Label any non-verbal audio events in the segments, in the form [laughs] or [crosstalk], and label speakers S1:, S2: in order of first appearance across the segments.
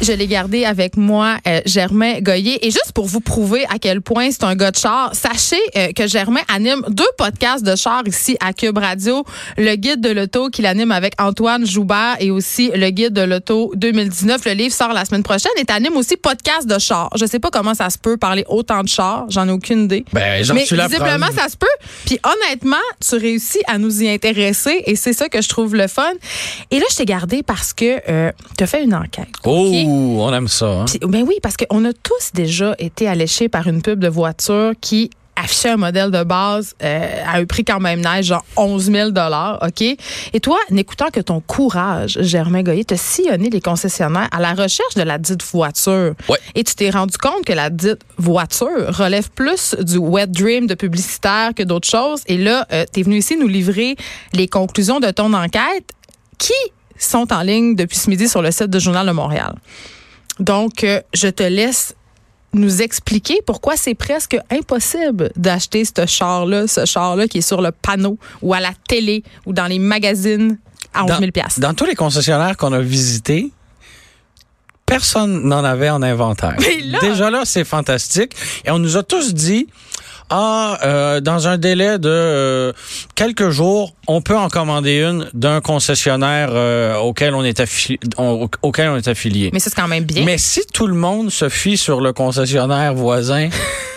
S1: Je l'ai gardé avec moi, euh, Germain Goyer. Et juste pour vous prouver à quel point c'est un gars de char, sachez euh, que Germain anime deux podcasts de char ici à Cube Radio. Le guide de l'auto qu'il anime avec Antoine Joubert et aussi le guide de l'auto 2019. Le livre sort la semaine prochaine et t'animes aussi podcast de char. Je sais pas comment ça se peut parler autant de char. J'en ai aucune idée.
S2: Ben, j'en
S1: Mais
S2: suis la
S1: visiblement,
S2: preuve.
S1: ça se peut. Puis honnêtement, tu réussis à nous y intéresser et c'est ça que je trouve le fun. Et là, je t'ai gardé parce que euh, tu as fait une enquête.
S2: Oh,
S1: OK?
S2: on aime ça. hein.
S1: Puis- ben oui, parce qu'on a tous déjà été alléchés par une pub de voiture qui affichait un modèle de base euh, à un prix quand même nice, genre 11 000 OK? Et toi, n'écoutant que ton courage, Germain Goyer, t'as sillonné les concessionnaires à la recherche de la dite voiture.
S2: Ouais.
S1: Et tu t'es rendu compte que la dite voiture relève plus du wet dream de publicitaire que d'autres choses. Et là, euh, t'es venu ici nous livrer les conclusions de ton enquête qui sont en ligne depuis ce midi sur le site du Journal de Montréal. Donc, euh, je te laisse nous expliquer pourquoi c'est presque impossible d'acheter ce char-là, ce char-là qui est sur le panneau ou à la télé ou dans les magazines à 11 000 piastres.
S2: dans tous les concessionnaires qu'on a visités, personne n'en avait en inventaire.
S1: Mais là-
S2: Déjà là, c'est fantastique. Et on nous a tous dit, ah, euh, dans un délai de euh, quelques jours, on peut en commander une d'un concessionnaire euh, auquel on est affilié. auquel on est affilié.
S1: Mais ça, c'est quand même bien.
S2: Mais si tout le monde se fie sur le concessionnaire voisin,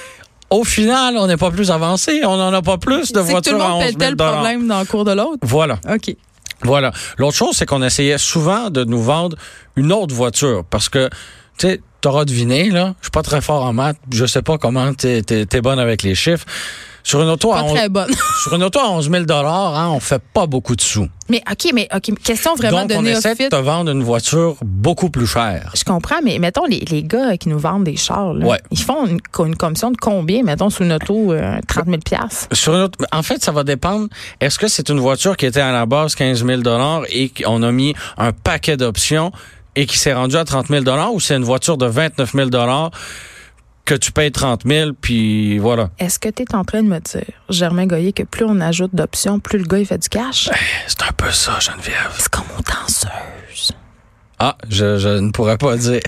S2: [laughs] au final, on n'est pas plus avancé. On n'en a pas plus de
S1: c'est que tout
S2: voitures
S1: le
S2: à
S1: monde
S2: 11
S1: pèle
S2: 000
S1: le problème dans le cours de l'autre.
S2: Voilà.
S1: OK.
S2: Voilà. L'autre chose, c'est qu'on essayait souvent de nous vendre une autre voiture parce que, tu sais, t'auras deviné, là, je suis pas très fort en maths, je sais pas comment t'es, t'es, t'es bonne avec les chiffres. Sur une auto,
S1: Pas
S2: à, Ah, on-
S1: très bonne. [laughs]
S2: sur une auto à 11 000 hein, on fait pas beaucoup de sous.
S1: mais OK, mais OK. Question vraiment
S2: Donc,
S1: de
S2: on essaie de
S1: néophyte.
S2: te vendre une voiture beaucoup plus chère.
S1: Je comprends, mais mettons, les, les gars qui nous vendent des chars, là,
S2: Ouais.
S1: ils font une, une commission de combien, mettons, sur une auto, euh, 30 000 piastres?
S2: Sur une autre- en fait, ça va dépendre. Est-ce que c'est une voiture qui était à la base 15 000 et qu'on a mis un paquet d'options et qui s'est rendue à 30 000 ou c'est une voiture de 29 000 que tu payes 30 000 puis voilà.
S1: Est-ce que tu es en train de me dire, Germain Goyer, que plus on ajoute d'options, plus le gars il fait du cash?
S2: C'est un peu ça, Geneviève.
S1: C'est comme aux danseuses.
S2: Ah, je, je ne pourrais pas dire.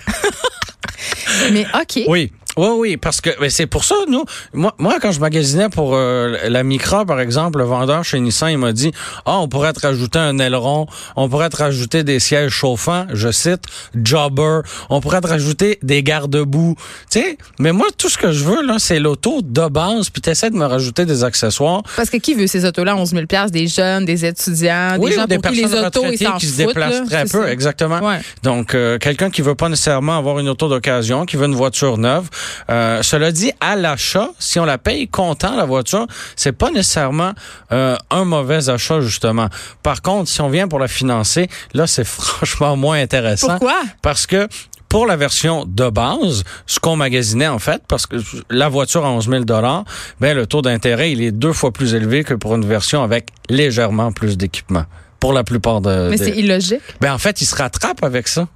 S1: Mais OK.
S2: Oui. Oui, oui, parce que mais c'est pour ça, nous. Moi, moi quand je magasinais pour euh, la Micra, par exemple, le vendeur chez Nissan, il m'a dit Ah, on pourrait te rajouter un aileron, on pourrait te rajouter des sièges chauffants, je cite, jobber, on pourrait te rajouter des garde-boue. Tu sais, mais moi, tout ce que je veux, là, c'est l'auto de base, puis t'essaies de me rajouter des accessoires.
S1: Parce que qui veut ces autos-là, à 11 000 Des jeunes, des étudiants,
S2: Oui,
S1: des gens
S2: ou des
S1: pour qui
S2: personnes
S1: les autos, ils
S2: retraitées
S1: s'en
S2: qui se
S1: foutent,
S2: déplacent
S1: là,
S2: très
S1: c'est
S2: peu,
S1: ça.
S2: exactement.
S1: Ouais.
S2: Donc, euh, quelqu'un qui veut pas nécessairement avoir une auto d'occasion, qui veut une voiture neuve, euh, cela dit, à l'achat, si on la paye comptant la voiture, c'est pas nécessairement euh, un mauvais achat justement. Par contre, si on vient pour la financer, là, c'est [laughs] franchement moins intéressant.
S1: Pourquoi?
S2: Parce que pour la version de base, ce qu'on magasinait en fait, parce que la voiture à 11 000 ben, le taux d'intérêt, il est deux fois plus élevé que pour une version avec légèrement plus d'équipement. Pour la plupart de...
S1: Mais
S2: des-
S1: c'est illogique.
S2: ben, en fait, il se rattrape avec ça.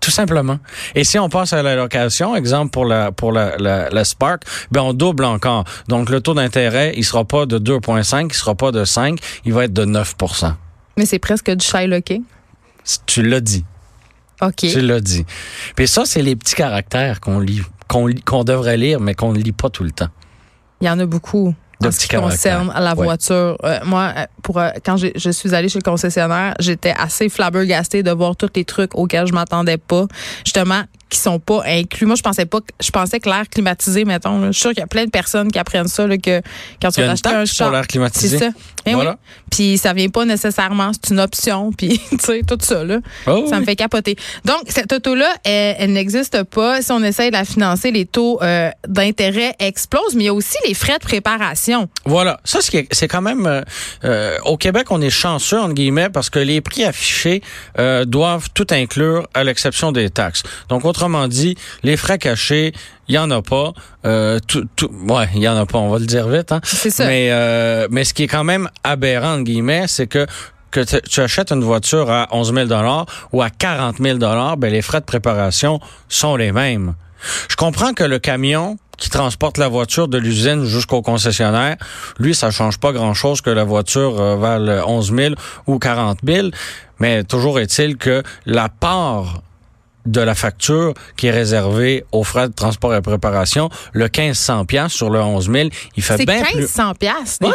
S2: Tout simplement. Et si on passe à la location, exemple pour la pour la, la, la Spark, ben on double encore. Donc le taux d'intérêt, il sera pas de 2.5, il sera pas de 5, il va être de 9
S1: Mais c'est presque du Shylock.
S2: Tu l'as dit.
S1: OK.
S2: Tu l'as dit. Puis ça, c'est les petits caractères qu'on lit, qu'on lit- qu'on devrait lire, mais qu'on ne lit pas tout le temps.
S1: Il y en a beaucoup.
S2: De
S1: en ce qui
S2: petits caractères.
S1: concerne la
S2: Ouais.
S1: voiture, Euh, moi, euh, pour euh, quand j'ai- je suis allée chez le concessionnaire, j'étais assez flabbergastée de voir tous les trucs auxquels je m'attendais pas, justement, qui sont pas inclus. Moi, je pensais pas, que- je pensais que l'air climatisé, mettons, là, je suis sûre qu'il y a plein de personnes qui apprennent ça, là, que quand tu
S2: Il y a
S1: vas
S2: une
S1: acheter un
S2: taxe pour
S1: char,
S2: l'air climatisé.
S1: c'est ça. Ben
S2: Voilà.
S1: oui. Puis ça vient pas nécessairement, c'est une option, [laughs] puis tu sais tout ça là.
S2: Oh
S1: ça me
S2: oui.
S1: fait capoter. Donc cette auto là, elle, elle n'existe pas. Si on essaye de la financer, les taux euh, d'intérêt explosent, mais il y a aussi les frais de préparation.
S2: Voilà. Ça, ce qui est- c'est quand même... euh, euh, au Québec, on est chanceux, entre guillemets, parce que les prix affichés euh, doivent tout inclure, à l'exception des taxes. Donc, autrement dit, les frais cachés, il n'y en a pas. Euh, tout, tout, ouais, il n'y en a pas, on va le dire vite. Hein.
S1: C'est ça.
S2: Mais, euh, mais ce qui est quand même aberrant, entre guillemets, c'est que que tu- tu achètes une voiture à 11 000 ou à 40 000 ben les frais de préparation sont les mêmes. Je comprends que le camion qui transporte la voiture de l'usine jusqu'au concessionnaire, lui, ça change pas grand-chose que la voiture euh, vale 11 000 ou 40 000. Mais toujours est-il que la part de la facture qui est réservée aux frais de transport et préparation, le 1500 pièces sur le 11 000, il fait
S1: C'est
S2: bien Euh, ben plus.
S1: 1500 pièces.
S2: Ouais. Ouais,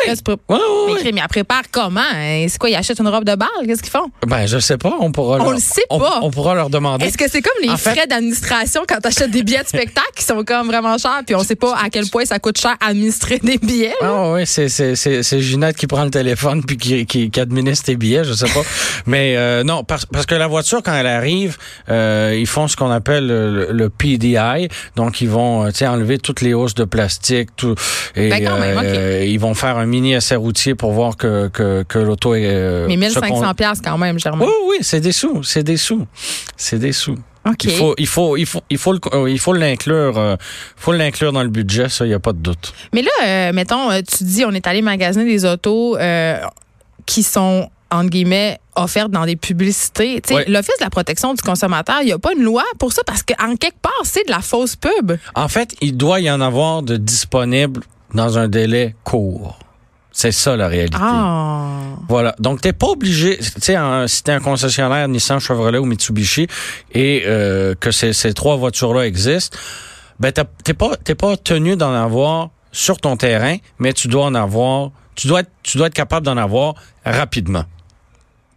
S2: ouais, ouais.
S1: Mais elle prépare comment? hein? C'est quoi? Ils achètent une robe de bal? Qu'est-ce qu'ils font?
S2: Ben, je sais pas, on pourra
S1: On
S2: leur,
S1: le sait
S2: on-
S1: pas.
S2: On, pourra leur demander.
S1: Est-ce que c'est comme les
S2: En fait-
S1: frais d'administration quand t'achètes des billets de spectacle qui sont comme vraiment chers, puis on sait pas à quel point ça coûte cher administrer des billets? là?
S2: Ah oui, c'est c'est- c'est- c'est Ginette qui prend le téléphone puis qui, qui, qui administre tes billets, je sais
S1: [laughs]
S2: pas. Mais euh, non, parce, parce que la voiture, quand elle arrive, euh, ils font ce qu'on appelle le, le PDI. Donc, ils vont euh, tu sais, enlever toutes les hausses de plastique. Tout, et
S1: Ben, quand même,
S2: euh, ils vont faire un mini essai routier pour voir que, que, que l'auto est... euh,
S1: Mais
S2: se con-
S1: 1500 pièces quand même, Germain.
S2: Oui, oui, c'est des sous, c'est des sous, c'est des sous.
S1: OK.
S2: Il faut, il faut, il faut, il faut, le- euh, il faut l'inclure, euh, faut l'inclure dans le budget, ça, il n'y a pas de doute.
S1: Mais là, euh, mettons, euh, tu dis, on est allé magasiner des autos euh, qui sont entre guillemets offertes dans des publicités. Tu sais,
S2: Ouais.
S1: L'Office de la protection du consommateur, il n'y a pas une loi pour ça parce qu'en quelque part, c'est de la fausse pub.
S2: En fait, il doit y en avoir de disponible dans un délai court. C'est ça la réalité.
S1: Ah.
S2: Voilà. Donc, t'es pas obligé, tu sais, en- si t'es un concessionnaire Nissan, Chevrolet ou Mitsubishi et euh, que ces, ces trois voitures-là existent, ben t'as- t'es pas, t'es pas tenu d'en avoir sur ton terrain, mais tu dois en avoir, tu dois, être- tu dois être capable d'en avoir rapidement.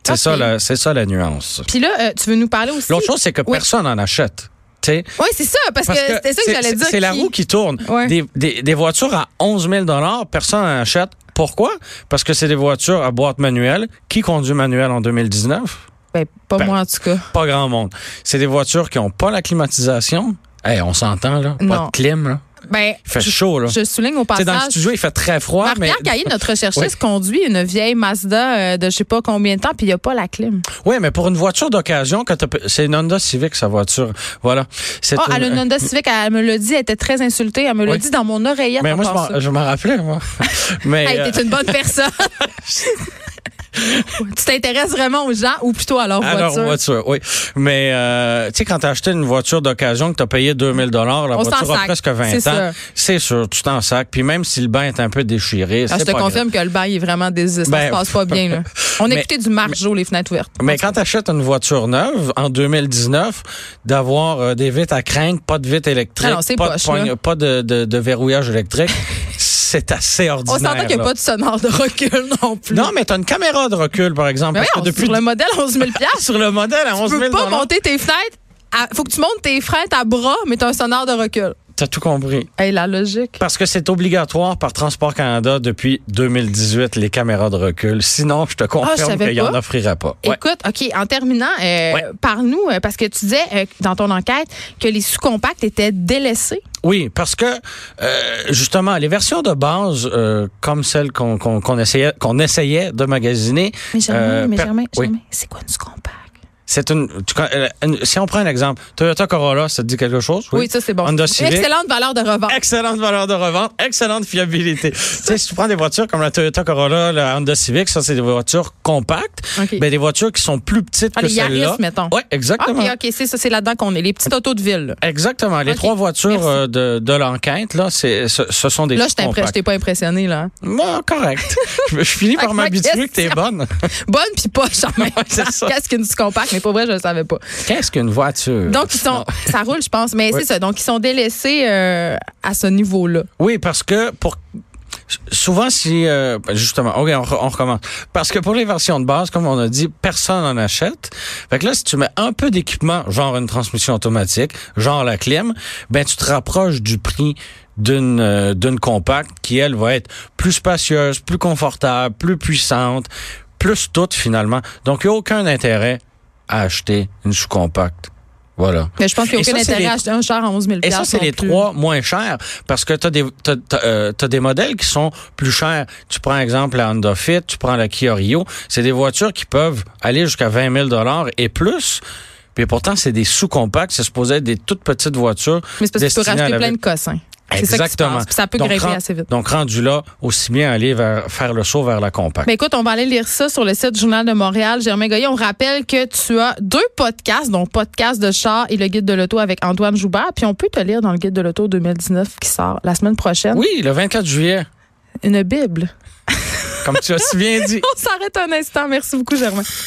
S2: C'est
S1: Ok.
S2: ça, la- c'est ça la nuance.
S1: Puis là, euh, tu veux nous parler aussi.
S2: L'autre chose, c'est que
S1: Oui.
S2: personne n'en achète. tu sais.
S1: Oui, c'est ça, parce, que, c'était ça que j'allais dire.
S2: C'est la roue qui tourne.
S1: Ouais.
S2: Des, des- des voitures à 11 000 personne n'en achète. Pourquoi? Parce que c'est des voitures à boîte manuelle. Qui conduit manuel en 2019?
S1: Ben, pas
S2: Ben,
S1: moi, en tout cas.
S2: Pas grand monde. C'est des voitures qui n'ont pas la climatisation. Hey, on s'entend, là. Pas
S1: Non.
S2: de clim, là.
S1: Ben,
S2: Il fait
S1: je,
S2: chaud, là.
S1: je souligne au
S2: Tu sais,
S1: passage.
S2: dans le studio, il fait très froid, mais.
S1: Marc-Pierre Caillé,
S2: [laughs]
S1: notre recherchiste,
S2: Oui.
S1: conduit une vieille Mazda euh, de je sais pas combien de temps, puis il n'y a pas la clim.
S2: Oui, mais pour une voiture d'occasion, quand t'as- c'est une Honda Civic, sa voiture. Voilà. C'est
S1: Oh, elle a une Honda Civic, elle me l'a dit, elle était très insultée, elle me l'a
S2: Oui.
S1: dit dans mon oreillette.
S2: Mais moi, je
S1: encore
S2: m'en-
S1: ça.
S2: je m'en rappelais, moi. [laughs] mais,
S1: Hey,
S2: euh,
S1: t'es une bonne
S2: [laughs]
S1: personne. tu t'intéresses vraiment aux gens ou plutôt à leur
S2: Alors,
S1: voiture.
S2: oui. Mais, euh, tu sais, quand t'as acheté une voiture d'occasion que t'as payé 2000 dollars, la
S1: On s'en
S2: voiture a
S1: sac.
S2: presque 20
S1: C'est
S2: ans.
S1: sûr.
S2: C'est sûr, tu t'en sacs. Puis même si le bain est un peu déchiré,
S1: Ah, je
S2: c'est
S1: te
S2: pas grave.
S1: confirme que le bail est vraiment des ça
S2: Ben,
S1: se passe pas bien là. On a
S2: mais-
S1: écouté du Marjo les fenêtres ouvertes.
S2: Mais quand t'achètes une voiture neuve en 2019, d'avoir euh, des vitres à craindre, pas de vitres électriques,
S1: Ah non, c'est
S2: pas,
S1: poche,
S2: de, poigne-
S1: là.
S2: pas de, de- de verrouillage électrique, [laughs] c'est assez
S1: on
S2: ordinaire.
S1: s'entend qu'il n'y a
S2: là.
S1: pas de sonore de recul non plus.
S2: Non, mais t'as une caméra de recul, par exemple.
S1: mais
S2: parce que
S1: voyons,
S2: depuis
S1: sur le
S2: [laughs]
S1: modèle 11 000 piastres,
S2: sur le modèle à
S1: tu
S2: 11
S1: peux
S2: 000
S1: pas monter tes fenêtres. à- faut que tu montes tes fenêtres à bras, mais t'as un sonore de recul.
S2: t'as tout compris.
S1: Hey, la logique.
S2: Parce que c'est obligatoire par Transport Canada depuis 2018, les caméras de recul. Sinon, je te
S1: Ah, je
S2: confirme
S1: savais
S2: qu'il n'y
S1: pas.
S2: en offrirait pas. Ouais.
S1: Écoute, OK, en terminant, euh,
S2: Ouais.
S1: parle-nous, euh, parce que tu disais euh, dans ton enquête que les sous-compacts étaient délaissés.
S2: Oui, parce que euh, justement, les versions de base, euh, comme celles qu'on qu'on- qu'on essayait, qu'on essayait de magasiner,
S1: Mais Germain,
S2: euh,
S1: mais
S2: per-
S1: Germain,
S2: oui.
S1: Germain, c'est quoi une sous-compact?
S2: c'est une, tu con- euh, une- Si on prend un exemple, Toyota Corolla, ça te dit quelque chose
S1: Oui, ça, c'est bon.
S2: Honda Civic.
S1: Excellente valeur de revente.
S2: Excellente valeur de revente, excellente
S1: [laughs]
S2: fiabilité. tu sais, si tu prends des voitures comme la Toyota Corolla, la Honda Civic, ça c'est des voitures compactes,
S1: OK.
S2: mais des voitures qui sont plus petites
S1: Ah,
S2: que
S1: les Yaris,
S2: celles-là.
S1: mettons.
S2: Oui, exactement.
S1: OK, OK, c'est ça, c'est là-dedans qu'on est. Les petites autos de ville. Là,
S2: Exactement. Les
S1: OK.
S2: trois voitures
S1: Merci.
S2: euh, de, de l'enquête, là, c'est, ce, ce sont des
S1: Là, je t'impre- je
S2: compacts.
S1: t'ai pas impressionné, là. hein.
S2: Bon,
S1: [laughs]
S2: correct. je, je finis
S1: Fait
S2: par
S1: que ma
S2: m'habituer que t'es
S1: question-
S2: bonne.
S1: Bonne puis poche en
S2: [laughs]
S1: même temps.
S2: c'est ça.
S1: Qu'est-ce qu'une sous-compact? Mais pour vrai, je le savais pas.
S2: Qu'est-ce qu'une voiture?
S1: Donc, ils sont. Ça roule, je pense. Mais
S2: Oui.
S1: c'est ça. Donc, ils sont délaissés euh, à ce niveau-là.
S2: Oui, parce que pour souvent si euh, justement ok on, re- on recommence parce que pour les versions de base comme on a dit personne en achète fait que là si tu mets un peu d'équipement genre une transmission automatique genre la clim ben tu te rapproches du prix d'une euh, d'une compacte qui elle va être plus spacieuse plus confortable plus puissante plus toute finalement donc il n'y a aucun intérêt à acheter une sous compacte voilà
S1: Mais je pense qu'il n'y a
S2: Et
S1: aucun
S2: ça, c'est
S1: intérêt
S2: les-
S1: à acheter un char à 11 000
S2: et ça, c'est
S1: non
S2: les
S1: plus.
S2: trois moins chers parce que tu as, euh, des modèles qui sont plus chers. Tu prends, exemple, la Honda Fit, tu prends la Kia Rio. C'est des voitures qui peuvent aller jusqu'à 20 000 et plus Puis pourtant, c'est des sous-compacts. C'est supposé être des toutes petites voitures.
S1: Mais c'est parce que tu peux
S2: destinées à
S1: racheter
S2: la-
S1: plein de cossins. C'est ça qui se
S2: Exactement.
S1: passe. Puis ça peut
S2: Donc,
S1: grimper
S2: ren-
S1: assez vite.
S2: Donc, rendu là, aussi bien aller vers, faire le saut vers la compacte.
S1: Ben écoute, on va aller lire ça sur le site du Journal de Montréal. Germain Goyer, on rappelle que tu as deux podcasts, donc podcast de char et le guide de l'auto avec Antoine Joubert. Puis on peut te lire dans le guide de l'auto 2019 qui sort la semaine prochaine.
S2: Oui, le 24 juillet,
S1: Une Bible. [laughs]
S2: comme tu as si bien dit.
S1: On s'arrête un instant. Merci beaucoup, Germain.